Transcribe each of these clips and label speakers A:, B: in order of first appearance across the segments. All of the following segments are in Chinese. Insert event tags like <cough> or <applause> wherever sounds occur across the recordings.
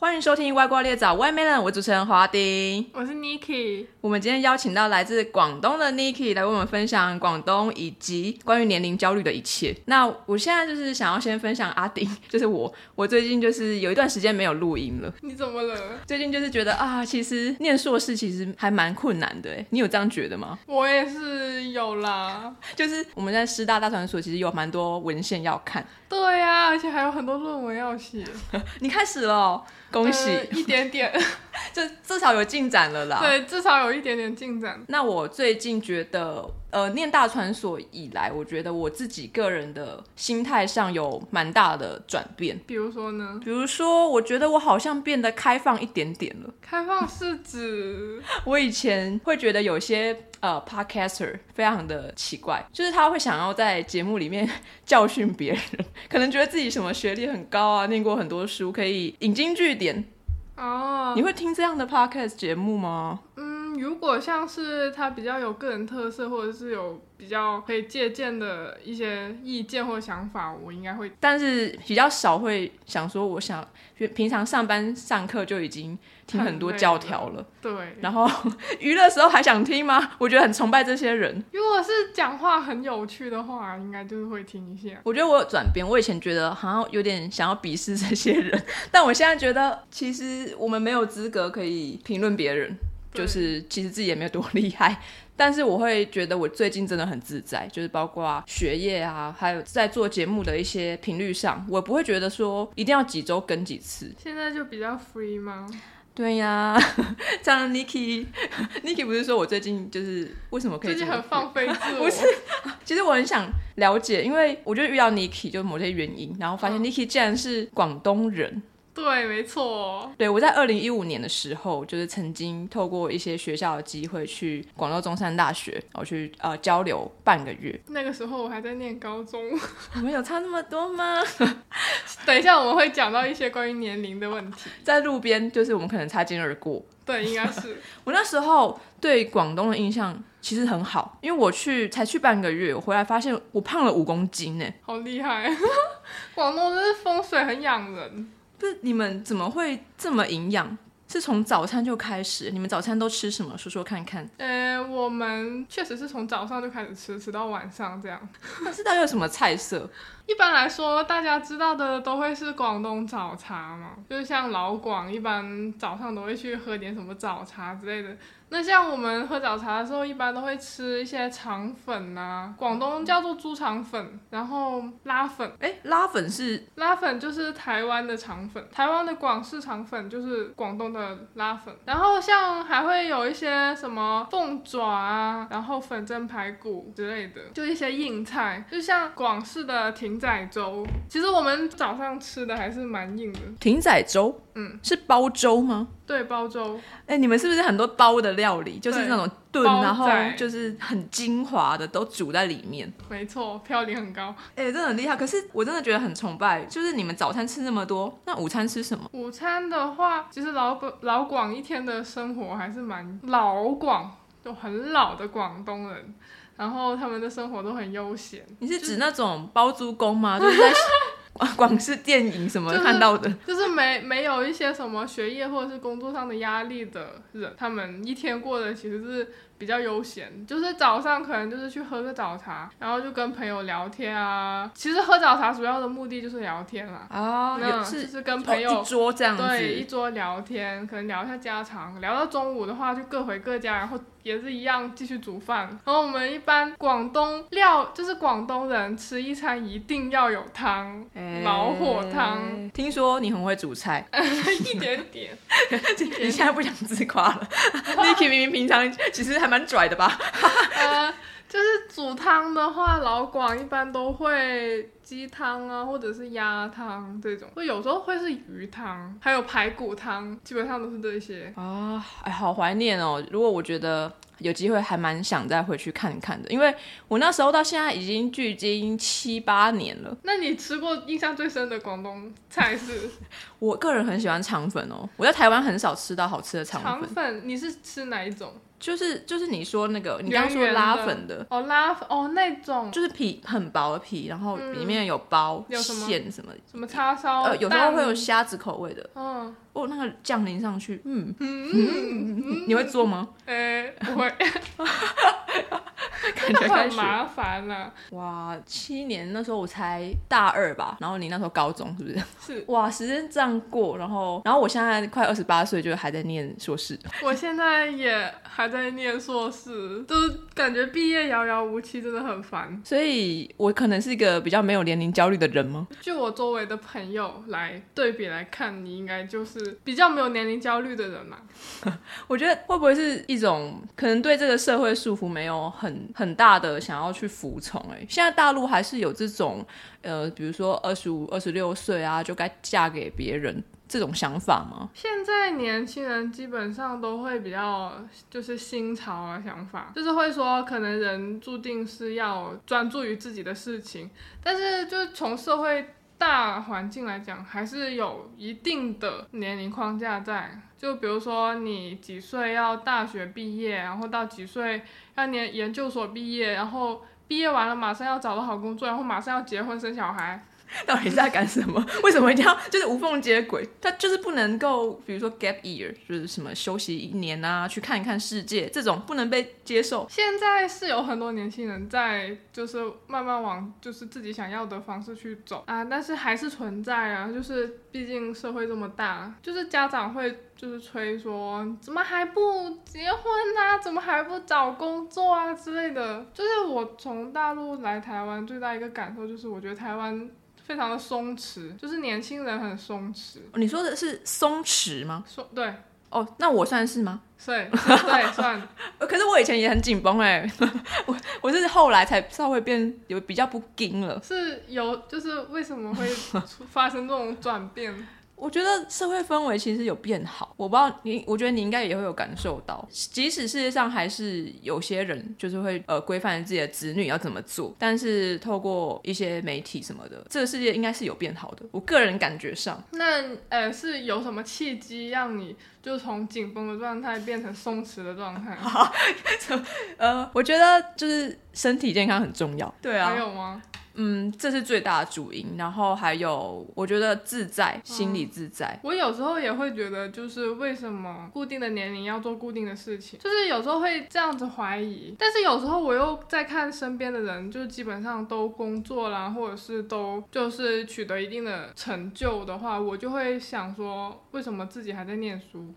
A: 欢迎收听《外挂猎枣》外 m e l 我是主持人华丁。
B: 我是 Niki，
A: 我们今天邀请到来自广东的 Niki 来为我们分享广东以及关于年龄焦虑的一切。那我现在就是想要先分享阿丁，就是我，我最近就是有一段时间没有录音了，
B: 你怎么了？
A: 最近就是觉得啊，其实念硕士其实还蛮困难的诶，欸你有这样觉得吗？
B: 我也是有啦，
A: <laughs> 就是我们在师大大传所其实有蛮多文献要看，
B: 对呀、而且还有很多论文要写，
A: 你开始了哦、恭喜，
B: 呃一点 <laughs> 点，
A: 这至少有进展了啦。
B: 对，至少有一点点进展。
A: 那我最近觉得，呃，念大传所以来，我觉得我自己个人的心态上有蛮大的转变。
B: 比如说呢，
A: 比如说，我觉得我好像变得开放一点点了。
B: 开放是 <laughs> 指
A: 我以前会觉得有些呃 podcaster 非常的奇怪，就是他会想要在节目里面 <laughs> 教训别人，可能觉得自己什么学历很高啊，念过很多书，可以引经据典。
B: 哦，
A: 你会听这样的 podcast 节目吗？
B: 嗯，如果像是他比较有个人特色，或者是有比较可以借鉴的一些意见或想法，我应该会。
A: 但是比较少会想说，我想平常上班上课就已经听很多教条了，
B: 对，
A: 然后 <laughs> 娱乐时候还想听吗？ <laughs> 我觉得很崇拜这些人。
B: 如果是讲话很有趣的话，应该就是会听一下。
A: 我觉得我有转变，我以前觉得好像有点想要鄙视这些人， <laughs> 但我现在觉得其实我们没有资格可以评论别人，
B: 对
A: 就是其实自己也没有多厉害。 <laughs> 但是我会觉得我最近真的很自在，就是包括学业啊，还有在做节目的一些频率上，我不会觉得说一定要几周更几次，
B: 现在就比较 free 吗？
A: 对呀、 <laughs> 这样 <laughs> Niki，Niki 不是说我最近就是为什么可以这
B: 最近
A: 么
B: 很放飞自 <laughs> 我。
A: 不是其实我很想了解，因为我就遇到 Niki 就某些原因，然后发现
B: 嗯
A: Niki 竟然是广东人。
B: 对，没错。
A: 对我在二零一五年的时候，就是曾经透过一些学校的机会去广州中山大学，然后去呃交流半个月。
B: 那个时候我还在念高中。
A: 我们有差那么多吗？
B: 等一下我们会讲到一些关于年龄的问题。
A: <laughs> 在路边就是我们可能擦肩而过，
B: 对，应该是
A: 我那时候对广东的印象其实很好，因为我去才去半个月，我回来发现我胖了五公斤呢。
B: 好厉害。 <laughs> 广东真是风水很养人。
A: 不是你们怎么会这么营养？是从早餐就开始？你们早餐都吃什么？说说看看。
B: 呃，我们确实是从早上就开始吃，吃到晚上这样。
A: 那知道有什么菜色？
B: 一般来说，大家知道的都会是广东早茶嘛，就是像老广一般早上都会去喝点什么早茶之类的。那像我们喝早茶的时候，一般都会吃一些肠粉呐、广东叫做猪肠粉，然后拉粉，
A: 哎，拉粉是
B: 拉粉就是台湾的肠粉，台湾的广式肠粉就是广东的拉粉，然后像还会有一些什么凤爪啊，然后粉蒸排骨之类的，就一些硬菜，就像广式的艇仔粥。其实我们早上吃的还是蛮硬的，
A: 艇仔粥，
B: 嗯，
A: 是煲粥吗？
B: 对，煲粥，
A: 哎，你们是不是很多煲的料理，就是
B: 对
A: 那种炖，
B: 煲仔
A: 然后就是很精华的都煮在里面？
B: 没错，嘌呤很高。
A: 哎，真的很厉害。可是我真的觉得很崇拜，就是你们早餐吃那么多，那午餐吃什么？
B: 午餐的话，其实老本老广一天的生活还是蛮老广，就很老的广东人，然后他们的生活都很悠闲。
A: 你是指那种包租公吗？就是 <laughs> 在广广式电影什么
B: 就是
A: 看到的？
B: 就是没没有一些什么学业或者是工作上的压力的人，他们一天过得其实是比较悠闲，就是早上可能就是去喝个早茶，然后就跟朋友聊天啊。其实喝早茶主要的目的就是聊天啦，
A: 啊，
B: 那
A: 有
B: 就是是跟
A: 哦
B: 朋友、
A: 一桌这样子，
B: 对一桌聊天，可能聊一下家常，聊到中午的话就各回各家，然后也是一样继续煮饭。然后我们一般广东料就是广东人吃一餐一定要有汤，
A: 哎
B: 老火汤。。
A: 听说你很会煮
B: <laughs>
A: 菜， <laughs>
B: 一点点。
A: 你现在不想自夸了。Niki 明明平常其实还蛮拽的吧？
B: <laughs> 呃，就是煮汤的话，老广一般都会鸡汤啊，或者是鸭汤这种，会有时候会是鱼汤，还有排骨汤，基本上都是这些。
A: 啊，哎，好怀念哦！如果我觉得有机会，还蛮想再回去看看的，因为我那时候到现在已经距今七八年了。
B: 那你吃过印象最深的广东菜是
A: 我个人很喜欢肠粉哦，我在台湾很少吃到好吃的肠
B: 肠
A: 粉，
B: 粉？你是吃哪一种？
A: 就是就是你说那个你刚刚说
B: 圆圆的
A: 拉粉的，的，
B: 哦拉粉哦那种
A: 就是皮很薄的皮，然后里面有包、
B: 嗯有什么
A: 馅什么的，
B: 什么叉烧，
A: 呃，有时
B: 蛋
A: 候会
B: <laughs>
A: 有虾子口味的。
B: 哦嗯
A: 哦，那个酱淋上去，嗯，
B: 嗯嗯，
A: <laughs> 你会做
B: <laughs>
A: 吗？
B: 哎、不
A: <laughs>
B: 会，
A: 感觉开
B: 很
A: 始
B: 麻烦了、
A: 哇，七年那时候我才大二吧，然后你那时候高中是不 <laughs> 是？
B: 是
A: 哇，时间这样过，然后然后我现在快二十八岁，就还在念硕士。
B: 我现在也还在念硕士，就是感觉毕业遥遥无期，真的很烦。
A: 所以我可能是一个比较没有年龄焦虑的人吗？
B: 据我周围的朋友来对比来看，你应该就是比较没有年龄焦虑的人嘛。
A: 我觉得会不会是一种可能对这个社会束缚没有很很大的想要去服从、欸？哎，现在大陆还是有这种呃，比如说二十五、二十六岁啊，就该嫁给别人这种想法吗？ <laughs>
B: 现在年轻人基本上都会比较就是新潮啊想法，就是会说可能人注定是要专注于自己的事情，但是就是从社会大环境来讲，还是有一定的年龄框架在。就比如说你几岁要大学毕业，然后到几岁要研研究所毕业，然后毕业完了马上要找到好工作，然后马上要结婚生小孩，
A: 到底是在干什么？ <laughs> 为什么一定要就是无缝接轨？他就是不能够，比如说 gap year，就是什么休息一年啊，去看一看世界，这种不能被接受。
B: 现在是有很多年轻人在，就是慢慢往就是自己想要的方式去走啊，但是还是存在啊，就是毕竟社会这么大，就是家长会就是催说，怎么还不结婚啊，怎么还不找工作啊之类的。就是我从大陆来台湾最大一个感受就是，我觉得台湾非常的松弛，就是年轻人很松弛，
A: 你说的是松弛吗？
B: 说对，
A: 哦，那我算是吗？
B: 对，对，算
A: 呃可是我以前也很紧绷哎，我我是后来才稍微变有比较不紧了。
B: 是有，就是为什么会出发生这种转变？
A: 我觉得社会氛围其实有变好，我不知道你，我觉得你应该也会有感受到。即使世界上还是有些人就是会呃规范自己的子女要怎么做，但是透过一些媒体什么的，这个世界应该是有变好的。我个人感觉上，
B: 那呃，是有什么契机让你就从紧绷的状态变成松弛的状态？
A: 呃，我觉得就是身体健康很重要。对
B: 还有吗？
A: 嗯，这是最大的主因。然后还有，我觉得自在，心理自在。
B: 我有时候也会觉得，就是为什么固定的年龄要做固定的事情，就是有时候会这样子怀疑。但是有时候我又在看身边的人，就基本上都工作啦，或者是都就是取得一定的成就的话，我就会想说，为什么自己还在念书？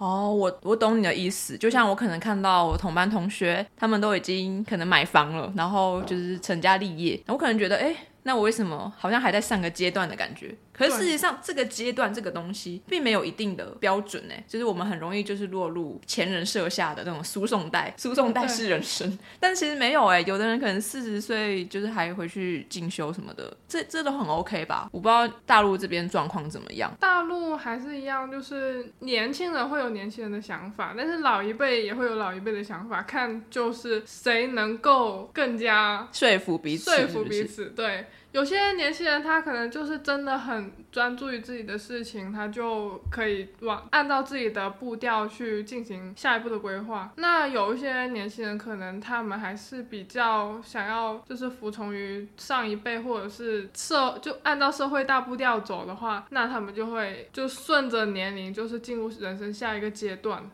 A: 哦，我我懂你的意思，就像我可能看到我同班同学，他们都已经可能买房了，然后就是成家立业，我可能觉得，哎，那我为什么好像还在上个阶段的感觉？可是
B: 对
A: 事实上，这个阶段这个东西并没有一定的标准哎，就是我们很容易就是落入前人设下的那种输送带，输送带
B: 对
A: 是人生，但其实没有哎，有的人可能四十岁就是还回去进修什么的，这这都很 OK 吧？我不知道大陆这边状况怎么样。
B: 大陆还是一样，就是年轻人会有年轻人的想法，但是老一辈也会有老一辈的想法，看就是谁能够更加
A: 说服彼此是
B: 说
A: 不是，
B: 服彼此。对，有些年轻人他可能就是真的很专注于自己的事情，他就可以往按照自己的步调去进行下一步的规划。那有一些年轻人可能他们还是比较想要就是服从于上一辈，或者是社就按照社会大步调走的话，那他们就会就顺着年龄就是进入人生下一个阶段。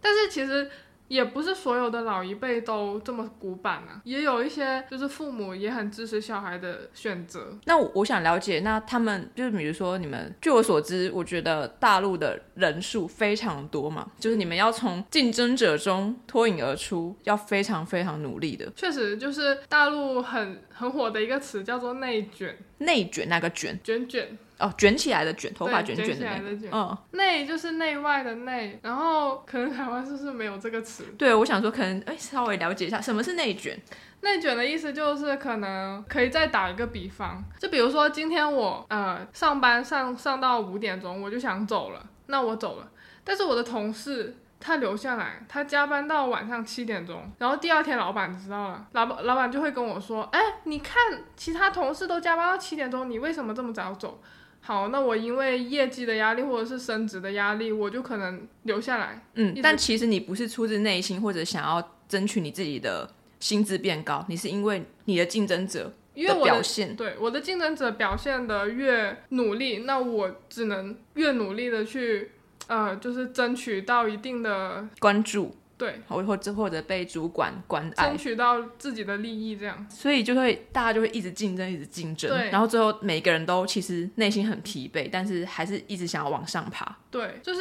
B: 但是其实也不是所有的老一辈都这么古板啊，也有一些就是父母也很支持小孩的选择。
A: 那我我想了解，那他们就是比如说你们，据我所知，我觉得大陆的人数非常多嘛，就是你们要从竞争者中脱颖而出，要非常非常努力的。
B: 确实，就是大陆很很火的一个词叫做内卷，
A: 内卷那个卷
B: 卷卷，
A: 哦，卷起来的卷，头发
B: 对
A: 卷
B: 卷
A: 卷
B: 起
A: 的
B: 来
A: 那个。
B: 的卷，
A: 嗯，
B: 内就是内外的内，然后可能台湾是不是没有这个词？
A: 对，我想说可能哎，稍微了解一下什么是内卷。
B: 内卷的意思就是可能可以再打一个比方，就比如说今天我呃上班上上到五点钟，我就想走了，那我走了，但是我的同事他留下来，他加班到晚上七点钟，然后第二天老板知道了，老板老板就会跟我说，哎，你看其他同事都加班到七点钟，你为什么这么早走？好，那我因为业绩的压力或者是升职的压力，我就可能留下来。
A: 嗯
B: 一直，
A: 但其实你不是出自内心或者想要争取你自己的薪资变高，你是因为你的竞争者
B: 因为我
A: 表
B: 的
A: 现。
B: 对我的竞争者表现的越努力，那我只能越努力的去，呃，就是争取到一定的
A: 关注，
B: 对，
A: 或或者或者被主管关爱
B: 争，取到自己的利益这样。
A: 所以就会大家就会一直竞争，一直竞争
B: 对，
A: 然后最后每个人都其实内心很疲惫，但是还是一直想要往上爬， <laughs>
B: 对，就是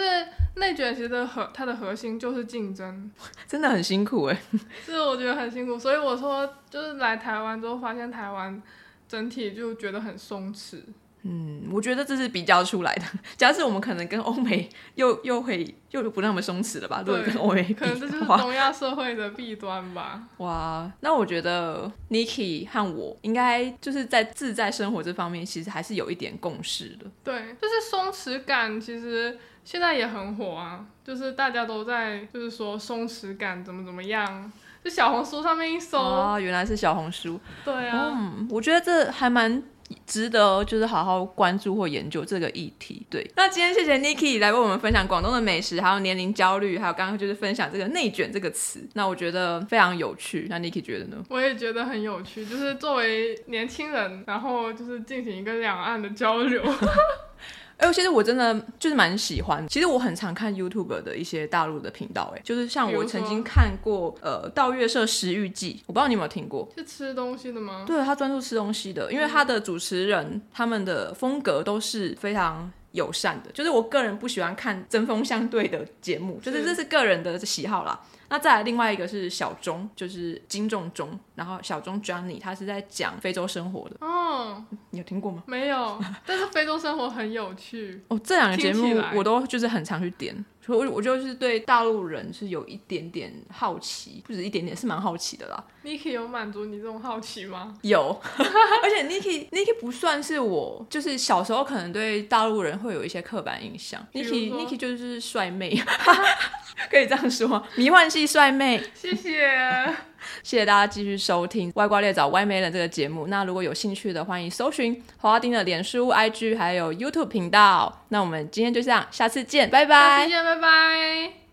B: 内卷其实的核它的核心就是竞争，
A: 真的很辛苦哎。
B: 这我觉得很辛苦。所以我说，就是来台湾之后发现台湾整体就觉得很松弛。
A: 嗯，我觉得这是比较出来的。 <laughs> 假使我们可能跟欧美又又会又不那么松弛了吧？如果
B: 对
A: 跟欧美比
B: 可能这就是
A: 的话，
B: 东亚社会的弊端吧。
A: <laughs> 哇，那我觉得 Niki 和我应该就是在自在生活这方面，其实还是有一点共识的。
B: 对，就是松弛感，其实现在也很火啊，就是大家都在就是说松弛感怎么怎么样，就小红书上面一搜，
A: 啊，原来是小红书。
B: 对啊，
A: 嗯，我觉得这还蛮值得，哦就是好好关注或研究这个议题。对，那今天谢谢 Niki 来为我们分享广东的美食，还有年龄焦虑，还有刚刚就是分享这个内卷这个词。那我觉得非常有趣。那 Niki 觉得呢？
B: 我也觉得很有趣，就是作为年轻人，然后就是进行一个两岸的交 <laughs> 流。
A: 哎、其实我真的就是蛮喜欢。其实我很常看 YouTube 的一些大陆的频道、哎，就是像
B: 比如
A: 我
B: 说
A: 曾经看过呃《盗月社食欲记》，我不知道你有没有听过。
B: 是吃东西的吗？
A: 对他专注吃东西的，因为他的主持人他们的风格都是非常友善的，就是我个人不喜欢看针锋相对的节目，就是
B: 是
A: 这是个人的喜好啦。那再来另外一个是小钟，就是金钟钟，然后小钟 Johnny 他是在讲非洲生活的，
B: 哦，
A: 你有听过吗？
B: 没有，但是非洲生活很有趣。
A: 哦，这两个节
B: 听起
A: 目
B: 来
A: 我都就是很常去点，所以我我就是对大陆人是有一点点好奇，不止一点点，是蛮好奇的啦。
B: Niki 有满足你这种好奇吗？
A: 有， <laughs> 而且 Niki Niki 不算是我，就是小时候可能对大陆人会有一些刻板印象。
B: 比如
A: Niki
B: 说
A: Niki 就是帅妹， <laughs> 可以这样说，迷幻系帅妹。
B: 谢谢。
A: 谢谢大家继续收听《歪瓜裂枣歪美人》这个节目。那如果有兴趣的，欢迎搜寻华花丁的脸书、IG 还有 YouTube 频道。那我们今天就这样，下次见，拜拜
B: 下。次见，拜拜。